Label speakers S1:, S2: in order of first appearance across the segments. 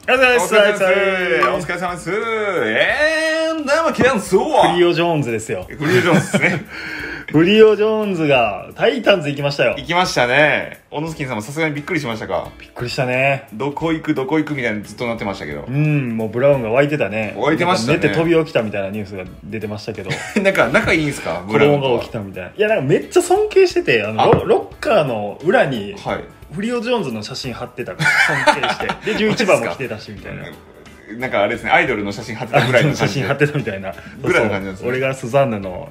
S1: お疲れ
S2: お
S1: 様
S2: 疲れ様ですお
S1: です
S2: 疲れ様ですえー、どうもキャン
S1: フ
S2: ス
S1: リオ・ジョーンズですよ。
S2: フリュージョンですね。
S1: フリオ・ジョーンズがタイタンズ行きましたよ。
S2: 行きましたね。小野月さんもさすがにびっくりしましたか
S1: びっくりしたね。
S2: どこ行くどこ行くみたいにずっとなってましたけど
S1: う。ん、もうブラウンが湧いてたね。
S2: 湧いてました
S1: な
S2: ね
S1: んか寝て飛び起きたみたいなニュースが出てました けど、
S2: なんか仲いいんですか
S1: 子供が起きたみたいな。いや、なんかめっちゃ尊敬してて、あの、
S2: あ
S1: ロロッカーの裏に、
S2: た。はい。
S1: フリオ・ジョーンズの写真貼ってたから、尊敬 して。で、11番も来てたし、みたいな。
S2: なんかあれですね、アイドルの写真貼ってたぐらいの
S1: 写
S2: 写
S1: 真
S2: 真
S1: 貼ってたみたい な。
S2: ぐらいの感じなんですね
S1: そう俺がスザンヌの、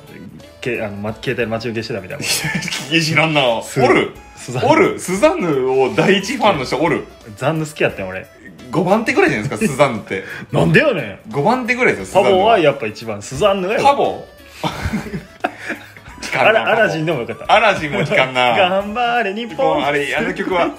S1: けあのま携帯で待ち受けしてたみたいな。
S2: い知らんな。おる
S1: スザンヌ
S2: おるスザンヌを第一ファンの人おる
S1: ザンヌ好きやったん俺。
S2: 五番手ぐらいじゃないですか、スザンヌって。
S1: なんでよねん
S2: 五番手ぐらいです
S1: パ
S2: よ、スザンヌ
S1: ボはやっぱ一番スザンヌがよ
S2: パ ボ聞か
S1: ア
S2: んな
S1: ラアラジン
S2: パ
S1: でもよかった
S2: ボアラジンも聞かんな
S1: 頑張れ日
S2: もう
S1: 本
S2: あれあの曲は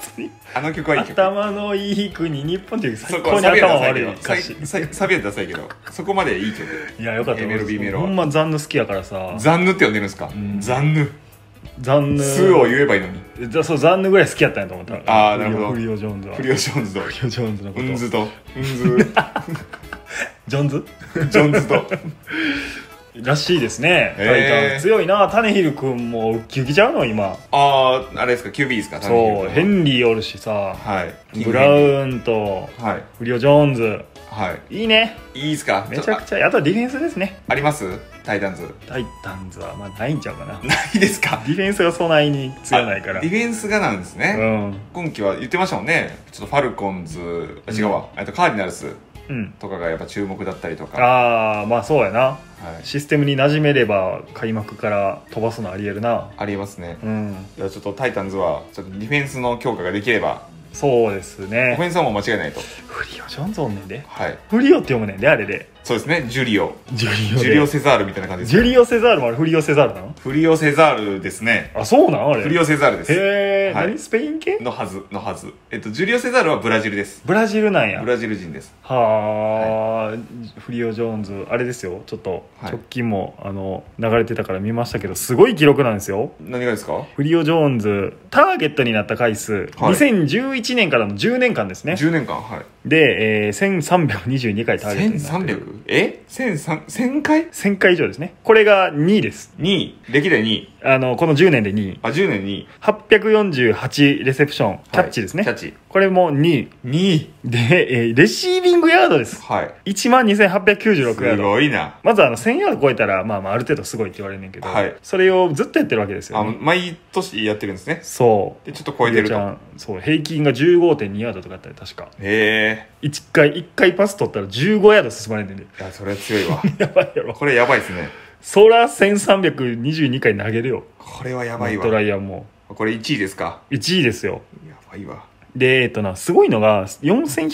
S2: あの曲はいい曲
S1: 頭のいい国日本っていう
S2: そ
S1: 最
S2: こ
S1: 高に
S2: サビ
S1: 頭
S2: はダサい
S1: 悪
S2: け
S1: い
S2: ど
S1: 歌詞
S2: サビサビはダサいけどそこまでいい曲
S1: いやよかった
S2: A メロ B メロ
S1: ほんまザンヌ好きやからさ
S2: ザンヌって呼んでるんですか
S1: ん
S2: ザンヌ
S1: ザンヌ
S2: スーを言えばいいのに
S1: ザそうザンヌぐらい好きやったんやと思った
S2: あーなるほど
S1: フリオ・ジョーンズは
S2: フ
S1: フ
S2: リオ・ジョーンズと
S1: リオ・ジョーンズのこ
S2: ウ
S1: と
S2: ンズとウンズ
S1: ジョーン ズ
S2: ジョンズと
S1: らしいですね
S2: へー
S1: タイタン強いなタネヒル君もウッキウキちゃうの今
S2: あああれですか QB ですか
S1: そうヘ
S2: ン
S1: ンリーおるしさ
S2: はい
S1: ブラ
S2: ン
S1: ウンと
S2: はい
S1: フリオ・ジョーンズ
S2: はい
S1: いいね
S2: いいですか
S1: めちゃく
S2: ちょ
S1: ちゃあとはディフェンスですね
S2: あありますタイタンズ
S1: タイタンズはまあないんちゃうかなデ
S2: ないですか
S1: ィフェンスが備えに強ないから
S2: あディフェンスがなんですね
S1: うん
S2: 今季は言ってましたもんねちょっとファルコンズあ違うわ、えっとカーディナルス
S1: うん
S2: とかがやっぱ注目だったりとか、
S1: ああまあそうやな
S2: はい、
S1: システムに馴染めれば開幕から飛ばすのありえるな
S2: ありえますね
S1: うん
S2: いやちょっとタイタンズはちょっとディフェンスの強化ができれば
S1: そうです
S2: オフェ
S1: ね
S2: ンスはもう間違いないと
S1: フリオジョンズおんねんで
S2: はい
S1: フリオって読むねんであれで
S2: そうですねジュリオ
S1: ジュリオ
S2: ジ
S1: で
S2: ュリオセザールみたいな感じです
S1: ジュリオセザールもあれフリオセザールなの
S2: フリオセザールですね
S1: あそうなんあれ
S2: フリオセザールです
S1: へえ、
S2: はい
S1: 何スペイン系
S2: のはずのはずえっとジュリオセザールはブラジルです
S1: ブラジルなんや
S2: ブラジル人です
S1: はあ、フリオ・ジョーンズあれですよちょっと
S2: はい
S1: 直近も、あの流れてたから見ましたけどすごい記録なんですよ
S2: 何がですか
S1: フリオ・ジョーンズターゲットになった回数、
S2: はい
S1: 2011年からの10年間ですね
S2: 10年間はい
S1: で、えー、1322回ターゲットになってる
S2: 1300? え1000回
S1: 1000回以上ですねこれが2位です
S2: 2位歴代2位
S1: あのこの10年で2位
S2: あ10年2位
S1: 848レセプションキャッチですね、
S2: キャッチ
S1: これも2位
S2: 2位
S1: で、えーレシービングヤードです
S2: はい
S1: 12896ヤ
S2: す
S1: ード
S2: ごいな
S1: まずあの1000ヤード超えたら、まあ、まあある程度すごいって言われるんけど、
S2: はい
S1: それをずっとやってるわけです
S2: あ
S1: よ、
S2: の
S1: ね、
S2: 毎年やってるんですね
S1: そう
S2: でちょっと超えてる
S1: ゆうちゃ
S2: と
S1: んそう平均が15.2ヤードとかあったり確か
S2: へ
S1: 1回1回パス取ったら15ヤード進まれてんで
S2: えいやそれは強いわ
S1: やばいやろ
S2: これやばいですね
S1: そら1322回投げるよ
S2: これはやばい
S1: トラ
S2: わ
S1: イアンも
S2: これ1位ですか
S1: 1位ですよ
S2: やばいわ
S1: でえっとなすごいのが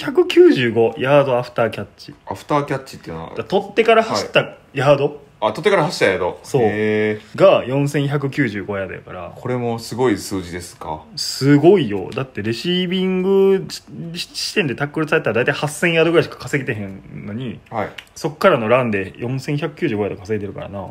S1: 4195ヤードアフターキャッチ
S2: アフターキャッチっていうの
S1: だから
S2: は
S1: 取ってから走ったヤード
S2: あ取ってから走ったやろ
S1: そう
S2: へえ
S1: が4195ヤードやから
S2: これもすごい数字ですか
S1: すごいよだってレシービングし視点でタックルされたら大体8000ヤードぐらいしか稼げてへんのに
S2: はい
S1: そっからのランで4195ヤード稼いでるからな
S2: ま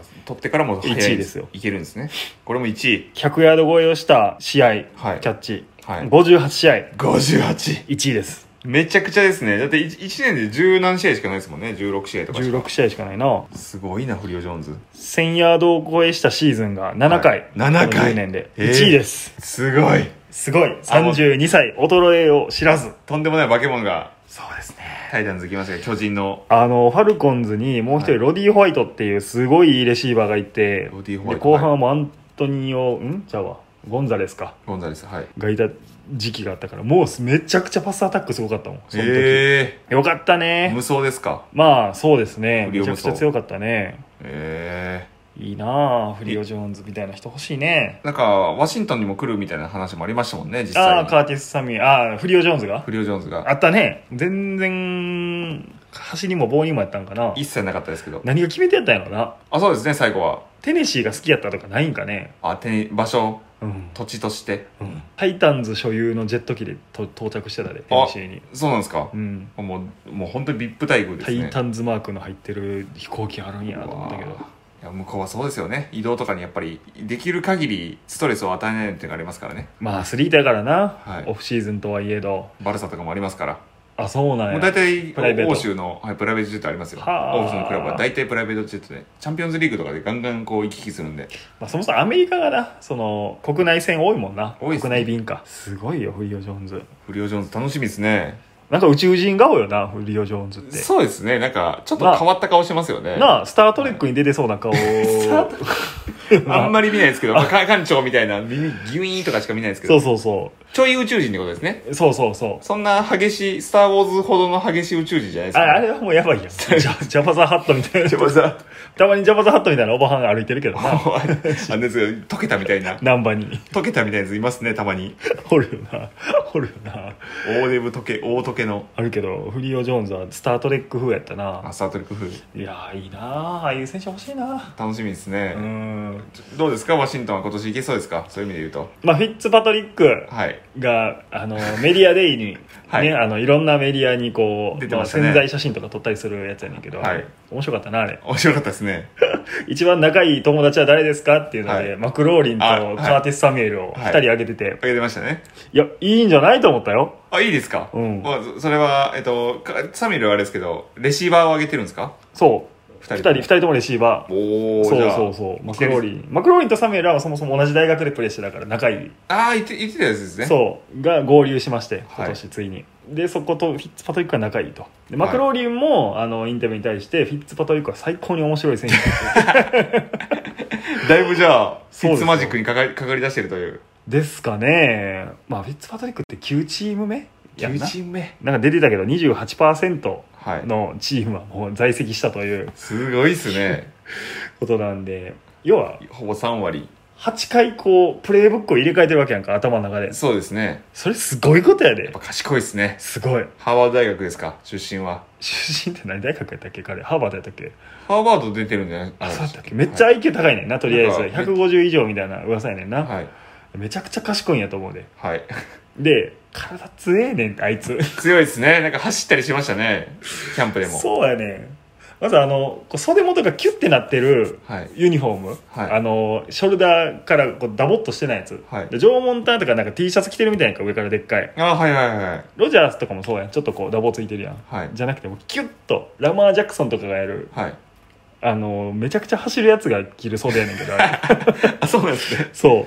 S2: あ取ってからも早い
S1: 1位ですよ
S2: いけるんですねこれも1位
S1: 100ヤード超えをした試合、
S2: はい
S1: キャッチ、
S2: はい
S1: 58試合
S2: 58
S1: 1位です
S2: めちゃくちゃですねだって1年で十何試合しかないですもんね16試合とかしか
S1: 16試合しかないな
S2: すごいなフリオ・ジョーンズ
S1: 1000ヤードを超えしたシーズンが7回、
S2: はい7回
S1: この10年で
S2: えー
S1: 1位です、
S2: すごい
S1: すごい32歳衰えを知らず
S2: とんでもない化け物が
S1: そうですね
S2: タイタンズ来ましたけど巨人の
S1: あのファルコンズにもう一人
S2: はい
S1: ロディ・ホワイトっていうすごいいいレシーバーがいて、
S2: ロディホワ
S1: で
S2: イト
S1: 後半
S2: は
S1: はいもうアントニオんじゃあわゴンザレスか
S2: ゴンザレスはい
S1: がいた時期があったからもうめちゃくちゃパスアタックすごかったもんその時、
S2: え
S1: よかった
S2: え
S1: ね
S2: 無双ですか
S1: まあそうですね
S2: フリ
S1: め
S2: オ
S1: ちゃく
S2: 無
S1: ち
S2: 双
S1: ゃ強かったね
S2: え
S1: いいなあフリオ・ジョーンズみたいな人欲しいね
S2: えなんかワシントンにも来るみたいな話もありましたもんね実際
S1: ああ
S2: に
S1: カーティス・サミーああフリオ・ジョーンズが
S2: フリオ・ジョーンズが
S1: あったね全然走りも棒にもやったんかな
S2: 一切なかったですけど
S1: 何が決めてやったんやろな
S2: あそうですね最後は
S1: テネシーが好きやったとかないんかね
S2: あ手に場所
S1: うん
S2: 土地として
S1: タイタンズ所有のジェット機でと到着してたで、
S2: あ
S1: MC に。
S2: そうなんですか
S1: う、ん。
S2: もうもう本当に VIP 待遇で
S1: タ
S2: すね
S1: イタンズマークの入ってる飛行機あるんやと思ったけ
S2: う
S1: ど
S2: わ。いや向こうはそうですよね移動とかにやっぱりできる限りストレスを与えないっていうのがありますからね
S1: まあ、アスリートやからな、
S2: はい
S1: オフシーズンとはいえど。
S2: バルサとかもありますから
S1: あそうなん
S2: も
S1: や
S2: う大体
S1: プライベート
S2: 欧州の、はい、プライベートジェットありますよ
S1: はあ
S2: 欧州のクラブは大体プライベートジェットでチャンピオンズリーグとかでガンガンこう行き来するんで
S1: まあ、そもそもアメリカがなその国内線多いもんな
S2: 多いっすね
S1: 国内便かすごいよフリオ・ジョーンズ
S2: フリオ・ジョーンズ楽しみですね
S1: なんか宇宙人顔よなフリオ・ジョーンズって
S2: そうですねなんかちょっと変わった顔してますよね
S1: なあスター・トレックに出てそうな顔
S2: あんまり見ないですけど、まあ、か館長みたいな耳ギュイーンとかしか見ないですけ
S1: そ
S2: ど
S1: うそうそ
S2: ちょい宇宙人ってことですね
S1: うそうそうそう
S2: そんな激しい「スター・ウォーズ」ほどの激しい宇宙人じゃないです
S1: あ
S2: か、
S1: あれはもうやばいやんジャジャバザハットみたいな
S2: ちょっとさ
S1: たまにジャバザハットみたいなおばはんが歩いてるけどな
S2: も うあれあんですけど溶けたみたいな
S1: 難波に
S2: 溶けたみたいなやついますねたまに
S1: おるよなおるよな
S2: 大デブ溶け大溶けの
S1: あるけどフリオ・ジョーンズはスター・トレック風やったな
S2: あスター・トレック風
S1: いやーいいなあああいう選手欲しいな
S2: 楽しみですね、
S1: うん
S2: どうですかワシントンは今年いけそうですかそういう意味で言う
S1: まあフィッツパトリック
S2: とはい
S1: があのメディアデイに、
S2: はい
S1: ね、あのいろんなメディアにこう
S2: 出てましたね
S1: 潜在写真とか撮ったりするやつやねんけど、
S2: はい
S1: 面白かったなあれ
S2: 面白かったですね
S1: 一番仲いい友達は誰ですかっていうので、
S2: はい
S1: マクローリンと
S2: あはい
S1: カーティス・サミュエルを2人挙げてて、い、
S2: あげてましたね
S1: やいいんじゃないと思ったよ
S2: あいいですか、
S1: うん
S2: まあ、そそれはえっとかサミュエルはあれですけどレシーバーを上げてるんですか
S1: そう
S2: 二
S1: 2
S2: 人
S1: 人二人ともレシーバー
S2: おお
S1: そうそうそうマクローリンマクローリンとサミュエルはそもそも同じ大学でプレーしてたから仲いい
S2: ああ言って言ってたやつですね
S1: そうが合流しまして
S2: はい
S1: 今年ついに、でそことフィッツパトリックは仲いいとでマクローリンも、あのインタビューに対してフィッツパトリックは最高に面白い選 手だと
S2: だいぶじゃあフ
S1: そうです
S2: ィッツ
S1: よ
S2: マジックにかかりかかり出してるという
S1: ですかねまあフィッツパトリックって9チーム目やんな
S2: ーム目
S1: なんか出てたけど28%
S2: はい
S1: のチームはもう在籍したという
S2: すごいっすね
S1: ことなんで要は
S2: ほぼ3割
S1: 8回こうプレイブックを入れ替えてるわけやんか頭の中で
S2: そうですね
S1: それすごいことや
S2: や
S1: で
S2: っぱ賢いっすね
S1: すごい
S2: ハーバード大学ですか出身は
S1: 出身って何大学やったっけ彼ハーバードやったっけ
S2: ハーバード出てるんじゃない
S1: あそうだったっけめっちゃ IQ 高いねんな、とりあえず
S2: なんか
S1: 150以上みたいな噂やねんな、
S2: はい
S1: めちゃくちゃ賢いんやと思うで
S2: はい
S1: で体強えねんあいつ
S2: 強いっすねなんか走ったりしましたねキャンプでも
S1: そうやねんまずあのこう袖元がキュッてなってる
S2: はい
S1: ユニフォーム、
S2: はい
S1: あのショルダーからこうダボっとしてないやつ、
S2: はい
S1: で縄文タンとかなんか T シャツ着てるみたいなのか上からでっかい
S2: あはいはいはい
S1: ロジャースとかもそうやんちょっとこうダボついてるやん、
S2: はい
S1: じゃなくてもうキュッとラマー・ジャクソンとかがやる
S2: はい
S1: あのめちゃくちゃ走るやつが着る袖やねんけ どあ れ
S2: あそうなんですね
S1: そう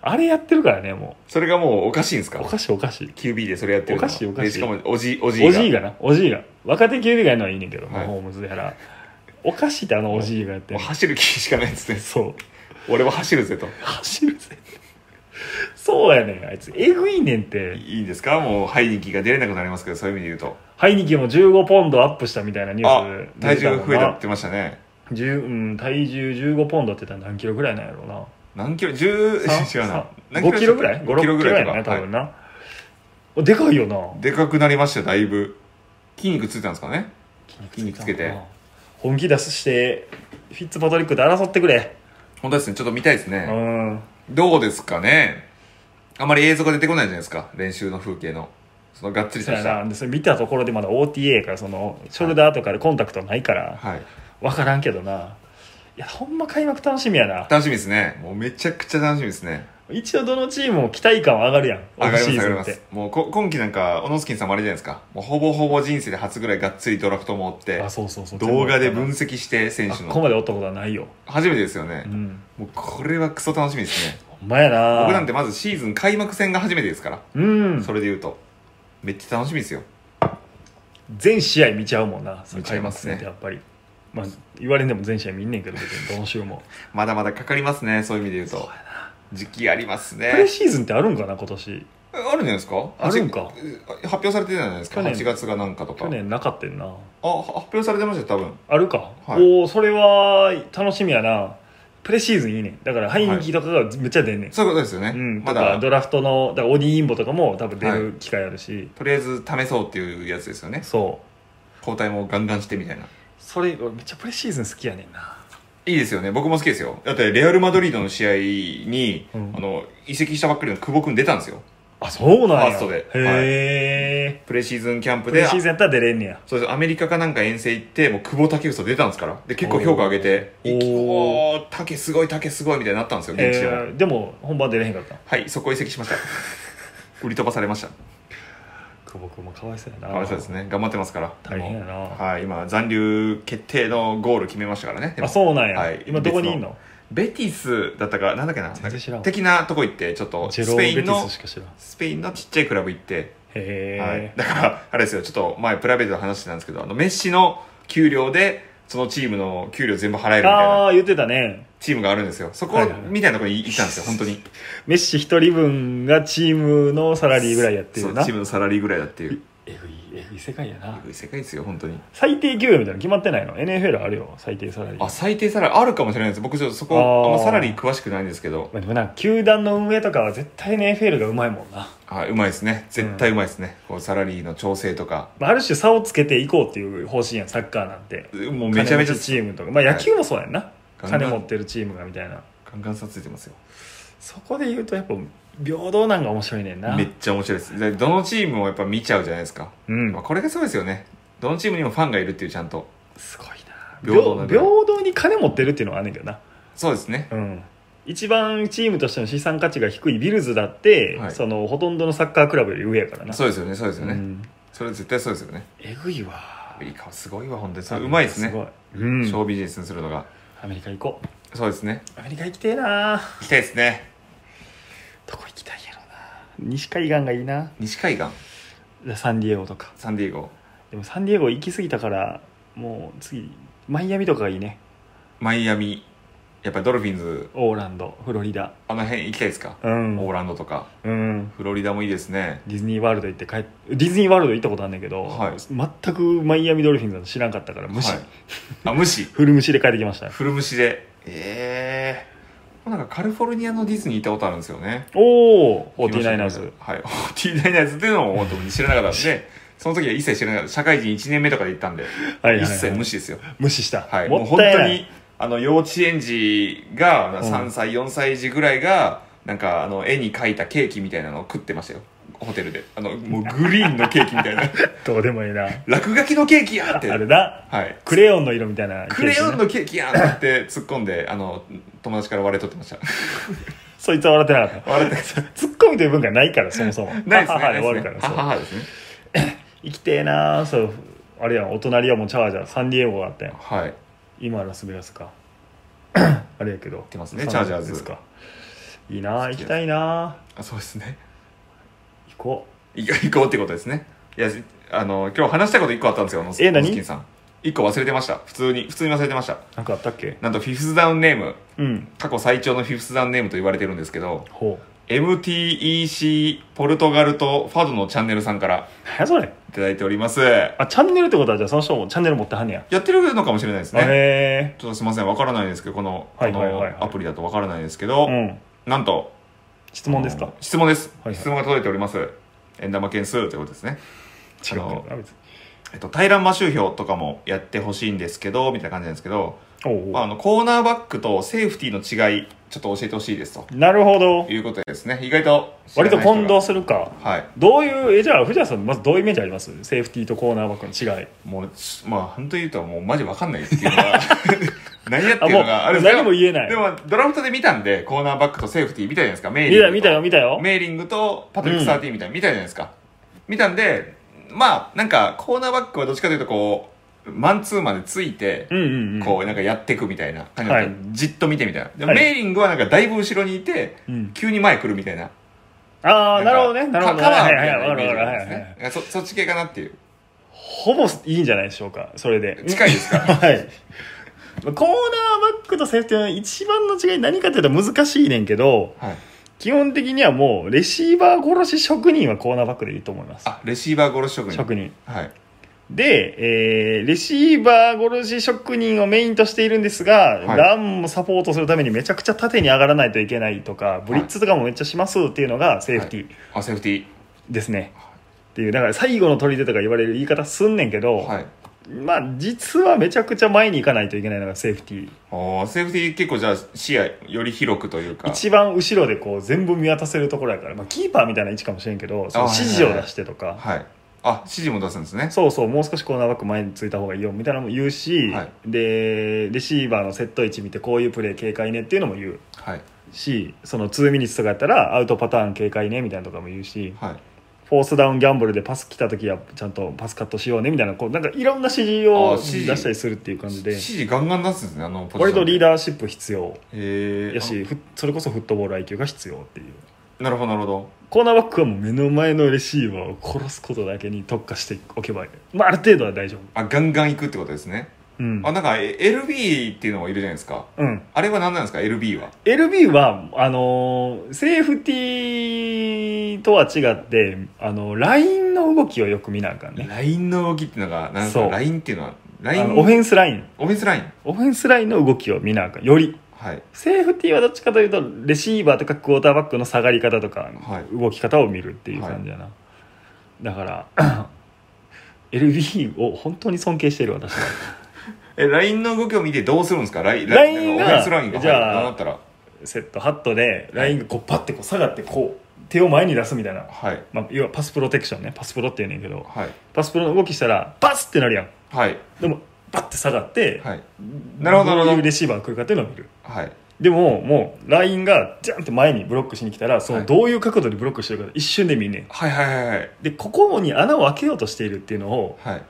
S1: あれやってるからねも
S2: それがもうおかしいんです
S1: う
S2: か
S1: おかしいおかしい
S2: QB でそれやってる
S1: お
S2: の
S1: かしいおかしい
S2: でしかもおじおじいが
S1: おじいがなおじいが若手 QB がやるのはいいねんけど、
S2: はい
S1: ホームズやらおかしいってあのおじいがやって
S2: も
S1: る
S2: う走る気しかないですね
S1: そう
S2: 俺は走るぜと
S1: 走るぜそうやねんあいつえぐいねんって
S2: いいんですかもうハイニキが出れなくなりますけどそういう意味で言うと
S1: ハイニキも15ポンドアップしたみたいなニュ
S2: あ
S1: ース
S2: 体重
S1: もん
S2: 増えた
S1: な
S2: って言ってましたね
S1: 10うん、体重15ポンドって言ったら何キロぐらいなんやろうな
S2: 何キロ10違うな何
S1: 5キロぐらい
S2: 5キロ
S1: 56
S2: ぐ
S1: キロ
S2: ら
S1: や
S2: いとか
S1: な多
S2: は
S1: 分な、でかいよない
S2: でかくなりましたよだいぶ筋肉ついたんですかね筋肉つけて
S1: 本気出すしてフィッツパトリックで争ってくれ
S2: 本当ですねちょっと見たいです
S1: う
S2: ね
S1: ん
S2: どうですかねあまり映像が出てこないじゃないですか練習の風景のそのがっつり
S1: そ
S2: と
S1: うや
S2: した
S1: なでそれ見たところでまだ OTA やからそのショルダーとかでコンタクトないから
S2: はい
S1: 分からんけどないやほんま開幕楽しみやな
S2: 楽しみですねもうめちゃくちゃ楽しみですね
S1: 一応どのチームも期待感は上がるやんオ
S2: 上
S1: フ
S2: がり
S1: シ
S2: ます
S1: ー
S2: 上が
S1: ズンっ
S2: ります
S1: て
S2: もうこ今期なんか小野スキンさんもあれじゃないですかもうほぼほぼ人生で初ぐらいがっつりドラフトも追って
S1: あそうそうそう
S2: 動画で
S1: 全部
S2: 分析して選
S1: あ
S2: 手
S1: ここ
S2: の
S1: までおったことはないよ
S2: 初めてですよね
S1: う、ん
S2: もうこれはクソ楽しみですね
S1: ほんまやな
S2: 僕なんてまずシーズン開幕戦が初めてですから、
S1: うん
S2: それで言うとめっちゃ楽しみですよ
S1: 全試合見ちゃうもんなそれ
S2: 見ちゃ
S1: 開
S2: いま
S1: 幕
S2: すね
S1: 戦ってやっぱりまあ言われんでも全試合見んねんけど別にどの週も
S2: まだまだかかりますねそういう意味で言うと時期あります
S1: プレ
S2: ね
S1: シーズンってあるんかな今年
S2: えあるんじゃないですか
S1: あるんか
S2: ちえ発表されてたじゃないですか
S1: 去年
S2: 8月がなんかとか
S1: 去年なかったんな
S2: あは発表されてましたよ多分
S1: あるか、
S2: はい
S1: おおそれは楽しみやなプレシーズンいいねんだからハイニキとかがめっちゃ出んねん、
S2: そういうことですよね、
S1: うん、
S2: ま
S1: とか
S2: だ
S1: ドラフトのだからオディインボとかも多分出る機会あるし、
S2: とりあえず試そうっていうやつですよね
S1: そう
S2: 交代もガンガンしてみたいな
S1: それ俺めっちゃプレシーズン好きやねんない
S2: いですよね僕も好きですよだってレアル・マドリードの試合に、
S1: うん
S2: あの移籍したばっかりの久保君出たんですよ
S1: あそうなんや
S2: ファーストで
S1: へえ、
S2: プレシーズンキャンプ
S1: プ
S2: で
S1: レシーズンやったら出れんねや
S2: そうですアメリカかなんか遠征行ってもう久保建英出たんですからで結構評価上げて「
S1: お
S2: い
S1: ー
S2: きおー竹すごい竹すごい」みたいになったんですよ現地でも、
S1: えーでも本番出れへんかった
S2: はいそこ移籍しました売り飛ばされました
S1: 久保君もかわいそうやな
S2: かわいそうですね頑張ってますから
S1: 大変やな
S2: もうはい今残留決定のゴール決めましたからねでも
S1: あそうなんや、
S2: はい
S1: 今どこにいんの
S2: ベティスだったかなんだっけな
S1: 全然知らん
S2: 的なとこ行ってちょっと
S1: ジェ
S2: ス
S1: ロー・
S2: ペ
S1: ベ
S2: イ
S1: テ
S2: ンの
S1: ィスしか知らんへ
S2: スペインのちっちゃいクラブ行って、はい
S1: え、、
S2: だからあれですよちょっと前プライベートの話なんですけどあのメッシの給料でそのチームの給料全部払えるみたい
S1: あ
S2: な
S1: あ言ってたね
S2: チームがあるんですよそこ
S1: はいはい
S2: みたいなとこに行ったんですよ本当に
S1: メッシ一人分がチームのサラリーぐらいやって
S2: そ
S1: る
S2: う
S1: な
S2: チームのサラリーぐらいだっていう
S1: えぐいえぐい世界やな
S2: 世界ですよ本当に
S1: 最低給与みたいなの決まってないの NFL あるよ最低サラリー
S2: あ最低サラリーあるかもしれないです僕ちょっとそこあ
S1: あー
S2: んまサラリー詳しくないんですけど
S1: まあ、でもな球団の運営とかは絶対 NFL がうまいもんな、
S2: あうまいですね絶対うまいですね、こうサラリーの調整とか
S1: まあ、ある種差をつけていこうっていう方針やんサッカーなんて
S2: もうめちゃめちゃ
S1: 金持チームとかまあ野球もそうやんな、
S2: ガンガン
S1: 金持ってるチームがみたいな
S2: ガンガン差ついてますよ
S1: そこで言うとやっぱ平等なんが面白いねんな
S2: めっちゃ面白いですでどのチームもやっぱ見ちゃうじゃないですか、
S1: うん
S2: まあ、これがすごいですよねどのチームにもファンがいるっていうちゃんと
S1: すごいな
S2: 平等な
S1: 平
S2: んだ
S1: 平等に金持ってるっていうのはあんねんけどな
S2: そうですね
S1: うん一番チームとしての資産価値が低いビルズだって、
S2: はい
S1: そのほとんどのサッカークラブより上やからな
S2: そうですよねそうですよね、
S1: うん
S2: それは絶対そうですよね
S1: えぐいわ
S2: いい顔すごいわ本当にそれうまいですね
S1: すごい、うん、
S2: ショービジネスにするのが
S1: アメリカ行こう
S2: そうですね
S1: アメリカ行きてえな
S2: 行きたいですね
S1: どこ行きたいやろな西海岸がいいな
S2: 西海岸
S1: サンディエゴとか
S2: サンディエゴ
S1: でもサンディエゴ行き過ぎたからもう次マイアミとかがいいね
S2: マイアミやっぱりドルフィンズ
S1: オーランドフロリダ
S2: あの辺行きたいですか、
S1: うん
S2: オーランドとか
S1: うん
S2: フロリダもいいですね
S1: ディズニーワールド行って帰っディズニーワールド行ったことあんねんけど、
S2: はい
S1: 全くマイアミドルフィンズなんて知らんかったから無視、
S2: はいあ無視
S1: フル無視で帰ってきました
S2: フル無視でええなんかカリフォルニアのディズニー行ったことあるんですよね
S1: おお
S2: 聞きました
S1: 49ers ナイズ
S2: はい。49ers っていうのも本当に知らなかった んで、その時は一切知らなかった。社会人1年目とかで行ったんで、
S1: はいはい、
S2: 一切無
S1: 視
S2: 視ですよ。
S1: 無視した、
S2: はい。も
S1: も
S2: う
S1: っ
S2: 本
S1: たい
S2: 当
S1: ない
S2: に、あの、幼稚園児が、
S1: うん
S2: 3歳、4歳児ぐらいが、なんか、あの、絵に描いたケーキみたいなのを食ってましたよ。ホテルで。あの、もうグリーンのケーキみた いな。
S1: どうでもいいな
S2: 落書きのケーキやっ
S1: あ
S2: て。
S1: れだ
S2: はい。
S1: クレヨンの色みたいな
S2: クレヨン
S1: の
S2: のケーキやんって突っ込んで、あの、友達から笑い取ってました。
S1: そいつは笑ってなかった
S2: 笑って
S1: ツッコミという文化ないからそもそも
S2: ないです
S1: 母
S2: ね。ない
S1: で終
S2: で
S1: わ
S2: す
S1: るか
S2: ね
S1: ら。そう
S2: 母ですね。
S1: 生きてえなそうあれやんお隣はもうチャージャーサンディエゴがあったやん
S2: はい。
S1: 今はラスベガスか あれやけど行って
S2: ますねチャージャーズ
S1: ですかいいな行きたいな
S2: あそうですね。
S1: 行こ
S2: い行こうってことですねいやあの今日話したいこと1個あったんですよ
S1: え何
S2: ノスキンさん1個忘れてました普通に普通に忘れてました
S1: うなんかあったっけ
S2: なんとフィフスダウンネーム
S1: うん
S2: 過去最長のフィフスダウンネームと言われてるんですけど
S1: ほう
S2: MTEC ポルトガルとファドのチャンネルさんから
S1: 何やそれ
S2: いただいております
S1: あチャンネルってことはじゃあその人もチャンネル持ってはんねや
S2: やってるのかもしれないです
S1: あ
S2: ね
S1: へ
S2: ちょっとすいませんわからないですけどこのこ
S1: はいはいはいはい
S2: のアプリだとわからないですけど、
S1: えうん
S2: なんと
S1: 質問ですか
S2: あの質問です、
S1: はいはい
S2: 質問が届いております円玉件数ということですね
S1: 違うけどな別に
S2: えっと、対乱魔集票とかもやってほしいんですけど、みたいな感じなんですけど、
S1: おう
S2: まあ、
S1: お
S2: あのコーナーバックとセーフティーの違い、ちょっと教えてほしいですと
S1: うなるほど
S2: いうことでですね。意外と知ら
S1: 割
S2: ない人
S1: と
S2: が
S1: 混同するか
S2: はい。
S1: どういうえじゃあ藤田さんまずどういうイメージありますセーフティーとコーナーバックの違い
S2: もう、しまあ、本当に言うと、もうマジわかんないっていうのが、 何やって
S1: あ
S2: いう
S1: も
S2: のがある
S1: うん
S2: ですけ
S1: 何
S2: ど
S1: も言えない
S2: でも、ドラフトで見たんで、コーナーバックとセーフティー見たじゃないですか。メーリ
S1: 見
S2: ン
S1: た見
S2: グと。
S1: たよ見たよ
S2: メーリングとパトリック・サーティーンみたいな、見たじゃないですか。見たんで、まあ、なんか、コーナーバックはどっちかというと、こう、マンツーマンでついて、
S1: うんうんうん
S2: こうなんかやっていくみたいな感じだった
S1: はい
S2: じっと見てみたいなでも
S1: はい
S2: メーリングはなんかだいぶ後ろにいて、
S1: うん
S2: 急に前来るみたいな
S1: ああ
S2: んか
S1: なるほどねなるほどね
S2: カカバー
S1: はいはい
S2: みた
S1: い
S2: な
S1: わか
S2: イ
S1: る
S2: メー
S1: わかる
S2: ジな
S1: は
S2: ん
S1: いは
S2: です
S1: い
S2: ね、
S1: はい
S2: いやそそっち系かなっていう
S1: ほぼいいんじゃないでしょうかそれ で
S2: 近いですか
S1: はいコーナーバックとセーフティーの一番の違い何かというと難しいねんけど
S2: はい
S1: 基本的にはもうレシーバー殺し職人はコーナーバックでいいと思います
S2: あレシーバー殺し職人
S1: 職人
S2: はい
S1: で、えーレシーバー殺し職人をメインとしているんですが、
S2: はい
S1: ランもサポートするためにめちゃくちゃ縦に上がらないといけないとかブリッツとかもめっちゃしますっていうのがセーフティー
S2: あセーフティ
S1: ですね、っていうだから最後の砦とか言われる言い方すんねんけど、
S2: ーはい
S1: まあ実はめちゃくちゃ前に行かないといけないのがセーフティー
S2: おーセーフティー結構じゃあ視野より広くというか
S1: 一番後ろでこう全部見渡せるところやから、まあ、キーパーみたいな位置かもしれんけどその
S2: あ
S1: 指示を出してとか、
S2: はいあ指示も出すんですね
S1: そうそうもう少しコーナーバック前についた方がいいよみたいなのも言うし、
S2: はい
S1: でレシーバーのセット位置見てこういうプレー警戒ねっていうのも言う
S2: はい
S1: しその2ミニッツとかやったらアウトパターン警戒ねみたいなのとかも言うし
S2: はい
S1: フォースダウンギャンブルでパス来た時はちゃんとパスカットしようねみたいなこうなんかいろんな指示
S2: あ
S1: を
S2: 指示
S1: 出したりするっていう感じで
S2: 指示ガンガン出すんですね、あのポジション。
S1: 割とリー
S2: ー。
S1: ダーシップ必要
S2: えー、
S1: やしふそれこそフットボール IQ が必要っていう
S2: あ。なるほど、なるほど。
S1: コーナーバックはもう目の前のレシーバーを殺すことだけに特化しておけばいい、まあ、ある程度は大丈夫
S2: あ、ガンガン行くってことですね。
S1: うん
S2: あ、なんか、え LB っていうのがいるじゃないですか。
S1: うん
S2: あれは何なんですか、LB は。
S1: LB はあのーセーフティーとは違ってあのラインの動きをよく見なあかんね
S2: ラインの動きっていうのが、なん
S1: そ
S2: か、
S1: う
S2: ラインっていうのは、ラ
S1: あ
S2: イン、
S1: のオフェンスライン
S2: オフェンスライン。
S1: オフェンスラインの動きを見なあかんより
S2: はい。
S1: セーフティーはどっちかというとレシーバーとかクォーターバックの下がり方とか
S2: はい
S1: 動き方を見るっていう感じやな、だから LB を本当に尊敬してる私は
S2: え、ラインの動きを見てどうするんですかライン、
S1: ライン
S2: な
S1: が
S2: んかオフェンスラインが。
S1: じゃあ
S2: はいなんだったら。
S1: セットハットでラインがこうパッてこう下がってこう手を前に出すみたいな、
S2: はい。
S1: まあ、要はパスプロテクションねパスプロって言うねんけど
S2: はい。
S1: パスプロの動きしたらパスってなるやん
S2: はい。
S1: でもパッて下がって、
S2: はい。なるほど、なる
S1: どうい
S2: ほ
S1: う
S2: ど
S1: レ。シーバーが来るかっていうのを見る
S2: はい。
S1: でももうラインがジャンって前にブロックしに来たらそ
S2: は
S1: の
S2: い
S1: どういう角度でブロックしてるか一瞬で見んねん
S2: はいはいはいはい。
S1: でここに穴を開けようとしているっていうのを
S2: はい。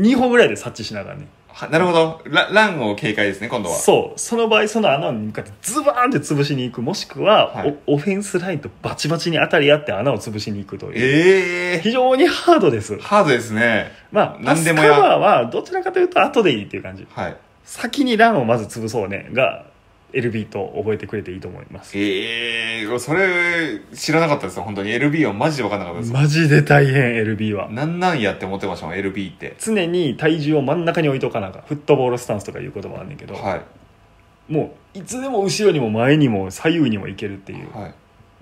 S1: 2歩ぐらいで察知しながらね
S2: はなるほど。ラランを警戒ですね、今度は。
S1: そうその場合その穴に向かってズバーンって潰しに行くもしくは、
S2: はい
S1: おオフェンスラインとバチバチに当たり合って穴を潰しに行くという
S2: ええ
S1: 非常にハードです
S2: ハードですね。
S1: まあパ
S2: 何
S1: ス
S2: で
S1: カ
S2: も
S1: バ
S2: や
S1: ーはどちらかというと後でいいっていう感じ
S2: はい。
S1: 先にランをまず潰そうねが LB と覚えてくれていいと思います
S2: ええそれ、知らなかったですよ、本当に。LB はマジで分かんなかったです。
S1: マジで大変 LB は
S2: なんなんやって思ってましたもん、LB って。
S1: 常に体重を真ん中に置いとかなあかんフットボールスタンスとかいう言葉あんねんけど、
S2: は
S1: もういつでも後ろにも前にも左右にもいけるっていう
S2: い。はい。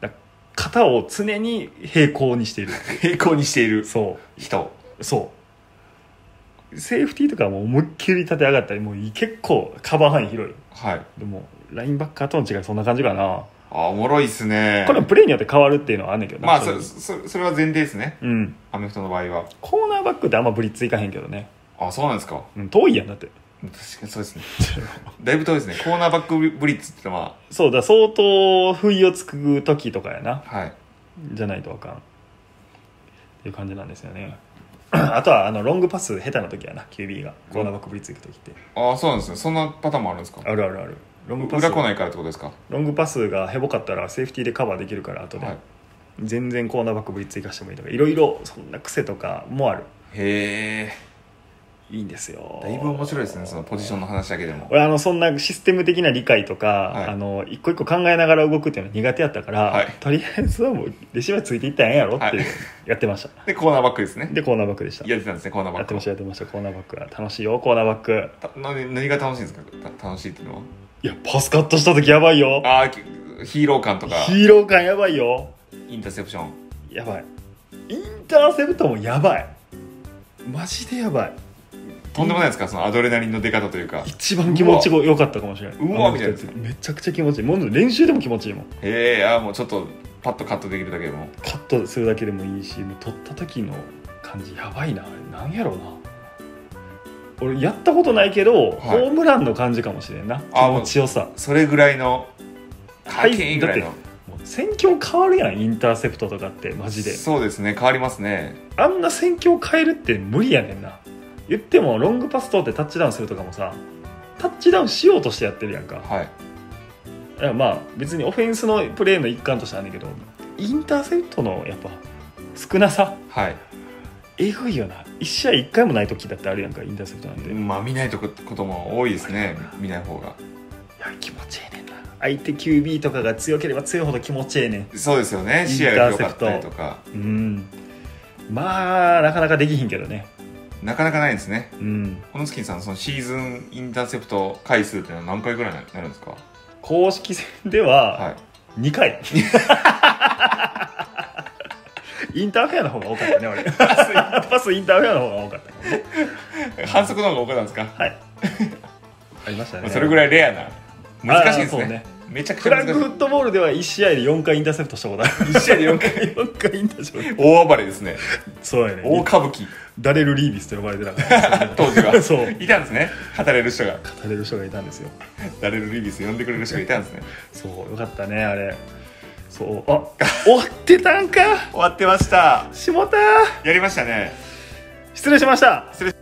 S1: 肩を常に平行に している
S2: 平行にしている
S1: そ
S2: 人。
S1: うそうセーフティーとかはもう思いっきり立て上がったりもう結構カバー範囲広い
S2: はい。
S1: でもラインバッカーとの違いそんな感じかな
S2: あ、おもろいっすね。
S1: これはプレーによって変わるっていうのはあんねんけどな
S2: まあ、
S1: 正直
S2: そ、そ、それは前提ですね。
S1: うん
S2: アメフトの場合は。
S1: コーナーバックってあんまブリッツいかへんけどね、
S2: あ、そうなんですか。
S1: うん、遠いやんだって
S2: 確かにそうですね。だいぶ遠いですね。コーナーバックブリッツってのは、
S1: そうだ相当不意をつく時とかやな
S2: はい。
S1: じゃないとあかんっていう感じなんですよね あとはあのロングパス下手な時やな QB がコーナーバックブリッツ行く時って
S2: あ、そうなんですね。そんなパターンもあるんですか
S1: あるあるあるロングパス
S2: 裏来ないからってことですか
S1: ロングパスがヘボかったらセーフティーでカバーできるから後で、
S2: はい。
S1: 全然コーナーバックブリッツ行かしてもいいとかいろいろそんな癖とかもある
S2: へえ。
S1: いいんですよ
S2: だいぶ面白いですね、そのポジションの話だけでも。
S1: 俺あのそんなシステム的な理解とか、
S2: い
S1: あの一個一個考えながら動くっていうのは苦手やったから、
S2: はい
S1: とりあえずはもうレシーバーついていったらええんやろっていう、
S2: はい
S1: やってました
S2: で、コーナーバックですね。
S1: でコーナーバックでした
S2: やってたんですね、コーナーバ
S1: や
S2: ッ
S1: って
S2: ク
S1: ましたやってましたコーナーバックは楽しいよコーナーバック
S2: た何何が楽しいんですかた楽しいっていうの
S1: いやパスカットした時やばいよ
S2: は。ああ、きヒーロー感とか、
S1: ヒーロー感やばいよ
S2: インターセプション。
S1: やばいインターセプトもやばいマジでやばい
S2: とんでもないですか、そのアドレナリンの出方というか。
S1: 一番気持ちよかったかもしれないう
S2: わ
S1: あの人たちめちゃくちゃ気持ちいいもう練習でも気持ちいいもん
S2: へえ、ああ、もうちょっと、パッとカットできるだけでも。
S1: カットするだけでもいいしもう取った時の感じやばいなあれなんやろうな俺やったことないけど、ホームランの感じかもしれんな気
S2: あ
S1: 持ちよさ
S2: それぐらいの、会見ぐらいの。
S1: もう戦況変わるやんインターセプトとかってマジで
S2: そうですね、変わりますね。
S1: あんな戦況変えるって無理やねんな言ってもロングパス通ってタッチダウンするとかもさタッチダウンしようとしてやってるやんか
S2: はい。
S1: いやまあ別にオフェンスのプレーの一環としてあんねんけどインターセプトのやっぱ少なさ
S2: はい。
S1: えぐいよな1試合1回もない時だってあるやんかインターセプトなんて、い
S2: まあ、見ないとこことも多いですね、見ない方が。
S1: や気持ちええねんな相手 QB とかが強ければ強いほど気持ちええねん
S2: そうですよね、視野が広かったりとか。
S1: うんまあなかなかできひんけどね
S2: なかなかないですね。
S1: うん
S2: この月さん、そのシーズンインターセプト回数っていうのは何回ぐらいになるんですか
S1: 公式戦では
S2: はい。
S1: 2回、 インターフェアの方が多かったね 俺パスインターフェアの方が多かった
S2: 反則の方が多かったんですか、
S1: はい ありました
S2: ま
S1: ね
S2: あそれぐらいレアな。難しいです
S1: あーそう
S2: ね。
S1: ね
S2: めちゃくち
S1: フ
S2: ゃ
S1: ラン
S2: 難
S1: ク
S2: しい
S1: フ。ットボールでは1試合で4回インターセプトしたことある
S2: 1試合で4回。
S1: 4回インターセプト
S2: 大暴れですね。
S1: そうや
S2: 大
S1: ね
S2: 歌舞伎。
S1: ダレル・リービスと呼ばれてなかった
S2: 当時 は。
S1: そう
S2: いたんですね。語れる人が。
S1: 語れる人がいたんですよ
S2: ダレル・リビス呼んでくれる人がいたんですね。
S1: そうよかったねあれそうあ終わってたんか
S2: 終わってました
S1: しもた
S2: やりましたね
S1: 失礼しました
S2: 失礼し